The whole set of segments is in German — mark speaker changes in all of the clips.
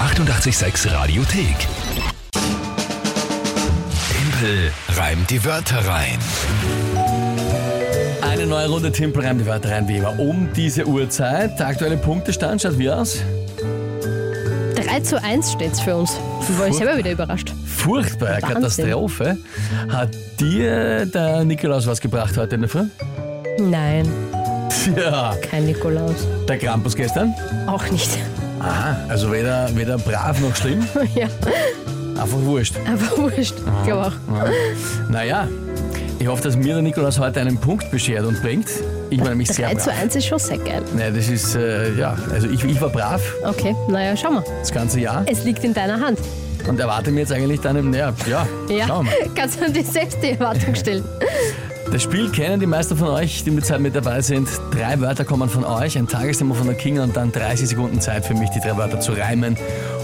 Speaker 1: 886 Radiothek. Tempel reimt die Wörter rein.
Speaker 2: Eine neue Runde Timpel reimt die Wörter rein, Weber. Um diese Uhrzeit, der aktuelle Punktestand schaut wie aus?
Speaker 3: 3 zu 1 steht's für uns. Ich war ich selber wieder überrascht.
Speaker 2: Furchtbare
Speaker 3: Wahnsinn.
Speaker 2: Katastrophe. Hat dir der Nikolaus was gebracht heute in der Früh?
Speaker 3: Nein,
Speaker 2: Ja,
Speaker 3: kein Nikolaus.
Speaker 2: der Krampus gestern?
Speaker 3: Auch nicht.
Speaker 2: Aha, also weder, weder brav noch schlimm,
Speaker 3: ja,
Speaker 2: einfach wurscht.
Speaker 3: aber wurscht.
Speaker 2: Ah,
Speaker 3: Ich glaube auch.
Speaker 2: Naja, ich hoffe, dass mir der Nikolaus heute einen Punkt beschert und bringt. Ich war nämlich sehr
Speaker 3: 3 zu
Speaker 2: brav.
Speaker 3: 1 ist schon sehr geil.
Speaker 2: Nein, das ist, äh, ja, also ich, ich war brav
Speaker 3: Okay, naja, schau mal.
Speaker 2: das ganze Jahr
Speaker 3: Es liegt in deiner Hand.
Speaker 2: und erwarte mir jetzt eigentlich dann, im- naja, ja,
Speaker 3: Ja,
Speaker 2: schauen wir mal.
Speaker 3: kannst du dir selbst die Erwartung stellen.
Speaker 2: Das Spiel kennen die meisten von euch, die mit Zeit mit dabei sind. Drei Wörter kommen von euch, ein Tagesthema von der Kinga und dann 30 Sekunden Zeit für mich, die drei Wörter zu reimen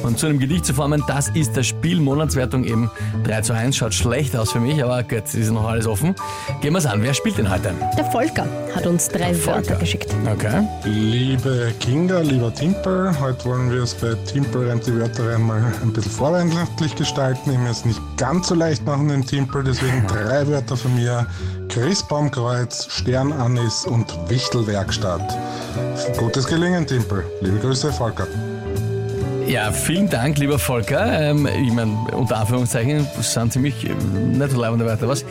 Speaker 2: und zu einem Gedicht zu formen. Das ist das Spiel. Monatswertung eben 3 zu 1. Schaut schlecht aus für mich, aber gut, ist noch alles offen. Gehen wir's an. Wer spielt denn heute?
Speaker 3: Der Volker hat uns drei Wörter
Speaker 2: Volker.
Speaker 3: geschickt.
Speaker 2: Okay.
Speaker 4: Liebe Kinga, lieber Timpel, heute wollen wir es bei Timpel rennt die Wörter einmal ein bisschen vorweihnachtlich gestalten. Ich will es nicht ganz so leicht machen, den Timpel, deswegen drei Wörter von mir. Christbaumkreuz, Sternanis und Wichtelwerkstatt. Gutes Gelingen, Timpel. Liebe Grüße, Volker.
Speaker 2: Ja, vielen Dank, lieber Volker. Ähm, ich meine, unter Anführungszeichen das sind ziemlich äh, nicht so leibende Wörter, was?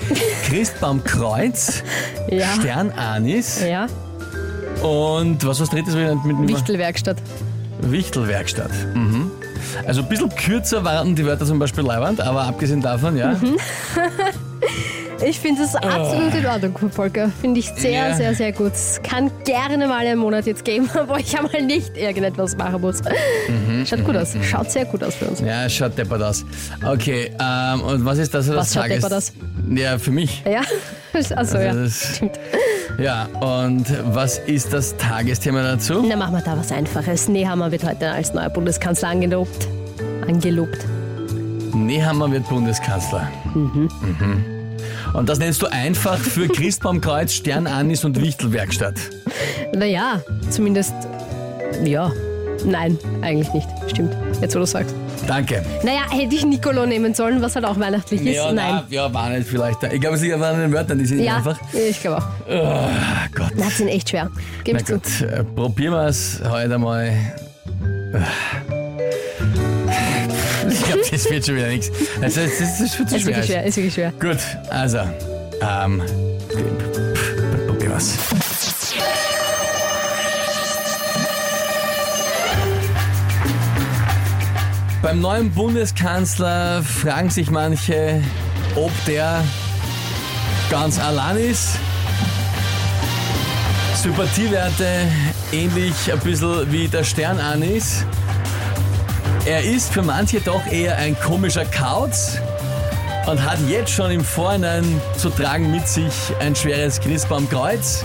Speaker 2: Christbaumkreuz,
Speaker 3: Ja.
Speaker 2: Sternanis
Speaker 3: Ja,
Speaker 2: und was was drittes wieder mit mit-
Speaker 3: Wichtelwerkstatt.
Speaker 2: Wichtelwerkstatt. Mhm. Also ein bisschen kürzer waren die Wörter zum Beispiel Leiband, aber abgesehen davon, ja.
Speaker 3: Mhm. Ich finde es absolut in Ordnung, Volker. Finde ich sehr,
Speaker 2: Ah. Ja.
Speaker 3: sehr, sehr gut. Kann gerne mal einen Monat jetzt geben, wo ich einmal nicht irgendetwas machen muss.
Speaker 2: Mhm.
Speaker 3: Schaut gut aus. Schaut sehr gut aus für uns.
Speaker 2: Ja, schaut deppert aus. Okay, ähm, und was ist das oder
Speaker 3: Was
Speaker 2: das
Speaker 3: schaut
Speaker 2: Tages-
Speaker 3: deppert aus?
Speaker 2: Ja, für mich.
Speaker 3: Ja? Achso, ja.
Speaker 2: Also das-
Speaker 3: Stimmt.
Speaker 2: Ja, und was ist das Tagesthema dazu?
Speaker 3: Na, machen wir da was Einfaches. Nehammer wird heute als neuer Bundeskanzler angelobt. Angelobt.
Speaker 2: Nehammer wird Bundeskanzler. Mhm. Und das nennst du einfach für Christbaumkreuz, Sternanis und Wichtelwerkstatt.
Speaker 3: Naja, zumindest. Ja. Nein, eigentlich nicht. Stimmt. Jetzt, wo du sagst.
Speaker 2: Danke.
Speaker 3: Naja, hätte ich Nicolo nehmen sollen, was halt auch weihnachtlich ist.
Speaker 2: ja,
Speaker 3: Nein.
Speaker 2: na, ja, war nicht vielleicht. Ich glaube, es liegt einfach an den Wörtern, die sind
Speaker 3: Ja,
Speaker 2: einfach.
Speaker 3: ich glaube auch.
Speaker 2: Ah, Gott.
Speaker 3: Na, sind echt schwer. Gib
Speaker 2: Na
Speaker 3: ich zu.
Speaker 2: gut, äh, probieren wir es heute mal. Ich glaube, das wird schon wieder nichts. Also, das ist, das wird zu
Speaker 3: Ist
Speaker 2: schwer.
Speaker 3: wirklich schwer, ist wirklich schwer.
Speaker 2: Gut, also, ähm, pff, probieren wir's. Beim neuen Bundeskanzler fragen sich manche, ob der ganz allein ist. Sympathiewerte ähnlich ein bisschen wie der Stern Anis. Er ist für manche doch eher ein komischer Kauz und hat jetzt schon im Vorhinein zu tragen mit sich ein schweres Christbaumkreuz.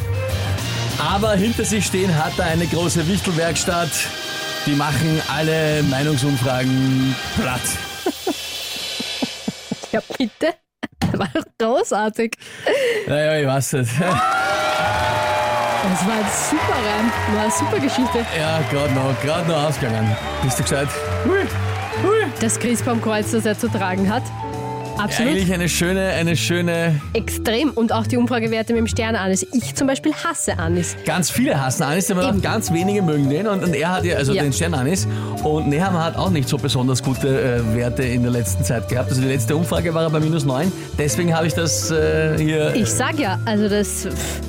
Speaker 2: Aber hinter sich stehen hat er eine große Wichtelwerkstatt. Die machen alle Meinungsumfragen platt.
Speaker 3: Ja, bitte. War doch großartig.
Speaker 2: Naja, ich weiß nicht.
Speaker 3: Das war ein super Reim. War eine super Geschichte.
Speaker 2: Ja, gerade noch, gerade noch ausgegangen. Bist du gescheit?
Speaker 3: Das Christbaumkreuz, das er zu tragen hat. Absolut.
Speaker 2: Eigentlich eine schöne, eine schöne.
Speaker 3: Extrem. Und auch die Umfragewerte mit dem Stern Anis. Ich zum Beispiel hasse Anis.
Speaker 2: Ganz viele hassen Anis, aber
Speaker 3: Eben.
Speaker 2: auch ganz wenige mögen den. Und, und er hat ja, also
Speaker 3: Ja.
Speaker 2: den Stern Anis. Und Neham hat auch nicht so besonders gute äh, Werte in der letzten Zeit gehabt. Also die letzte Umfrage war er bei minus 9. Deswegen habe ich das äh, hier.
Speaker 3: Ich sag ja, also das. pff,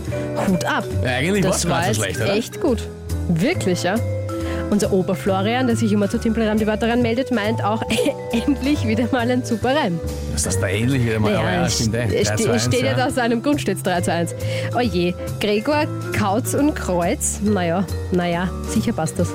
Speaker 3: Hut ab.
Speaker 2: Ja, eigentlich war's
Speaker 3: das
Speaker 2: gar
Speaker 3: war
Speaker 2: nicht so
Speaker 3: jetzt
Speaker 2: schlecht, oder?
Speaker 3: echt gut. Wirklich, ja. Unser Oberflorian, der sich immer zu Timpelreim die Wörter meldet, meint auch endlich wieder mal ein super Reim.
Speaker 2: Ist das da ähnlich wieder mal? Aber ja,
Speaker 3: es
Speaker 2: stimmt, ey.
Speaker 3: ste-
Speaker 2: Drei zu eins,
Speaker 3: steht ja
Speaker 2: ja.
Speaker 3: da aus einem Grund, steht 3 zu 1. Oje, Gregor, Kautz und Kreuz. Naja, naja, sicher passt das.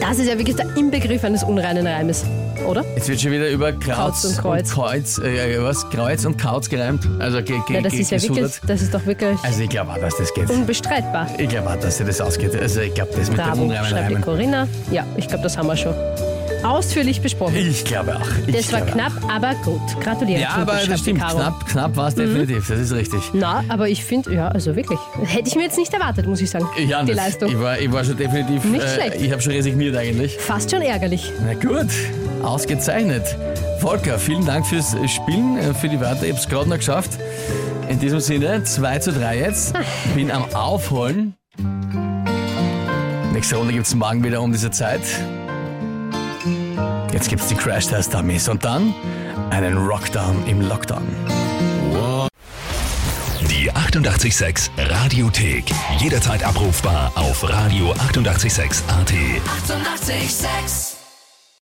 Speaker 3: Das ist ja wirklich der Inbegriff eines unreinen Reimes, oder?
Speaker 2: Jetzt wird schon wieder über Krauz
Speaker 3: Kauz und Kreuz.
Speaker 2: Kreuz äh, was? Kreuz und Kauz gereimt. Also ge, ge,
Speaker 3: Ja, das
Speaker 2: ge,
Speaker 3: ist ja wirklich, Um
Speaker 2: gesudert.
Speaker 3: das ist doch wirklich
Speaker 2: Also ich glaube auch, dass das geht.
Speaker 3: unbestreitbar.
Speaker 2: Ich glaube auch, dass dir das ausgeht. Also ich glaube, das mit dem
Speaker 3: Bravo,
Speaker 2: unreimen
Speaker 3: schreibt die
Speaker 2: Reimen.
Speaker 3: Corinna. Ja, ich glaube, das haben wir schon. ausführlich besprochen.
Speaker 2: Ich glaube auch. Ich
Speaker 3: Das war
Speaker 2: glaube auch.
Speaker 3: knapp, aber gut. Gratuliere.
Speaker 2: Ja, aber
Speaker 3: Tunkus,
Speaker 2: das stimmt.
Speaker 3: Caro.
Speaker 2: Knapp, knapp war es
Speaker 3: Mhm.
Speaker 2: definitiv. Das ist richtig.
Speaker 3: Na, aber ich finde, ja, also wirklich. Hätte ich mir jetzt nicht erwartet, muss ich sagen.
Speaker 2: Ja,
Speaker 3: die
Speaker 2: das-
Speaker 3: Leistung.
Speaker 2: Ich war, ich war schon definitiv.
Speaker 3: Nicht
Speaker 2: äh,
Speaker 3: schlecht.
Speaker 2: Ich habe schon resigniert eigentlich.
Speaker 3: Fast schon ärgerlich.
Speaker 2: Na gut, ausgezeichnet. Volker, vielen Dank fürs Spielen, äh, für die Wörter. Ich habe es gerade noch geschafft. In diesem Sinne, 2 zu 3 jetzt. Bin am Aufholen. Nächste Runde gibt es morgen wieder um diese Zeit. Jetzt gibt es die Crash Test Dummies und dann einen Rockdown im Lockdown.
Speaker 1: Die 886 Radiothek. Jederzeit abrufbar auf radio886.at. 886!
Speaker 5: 886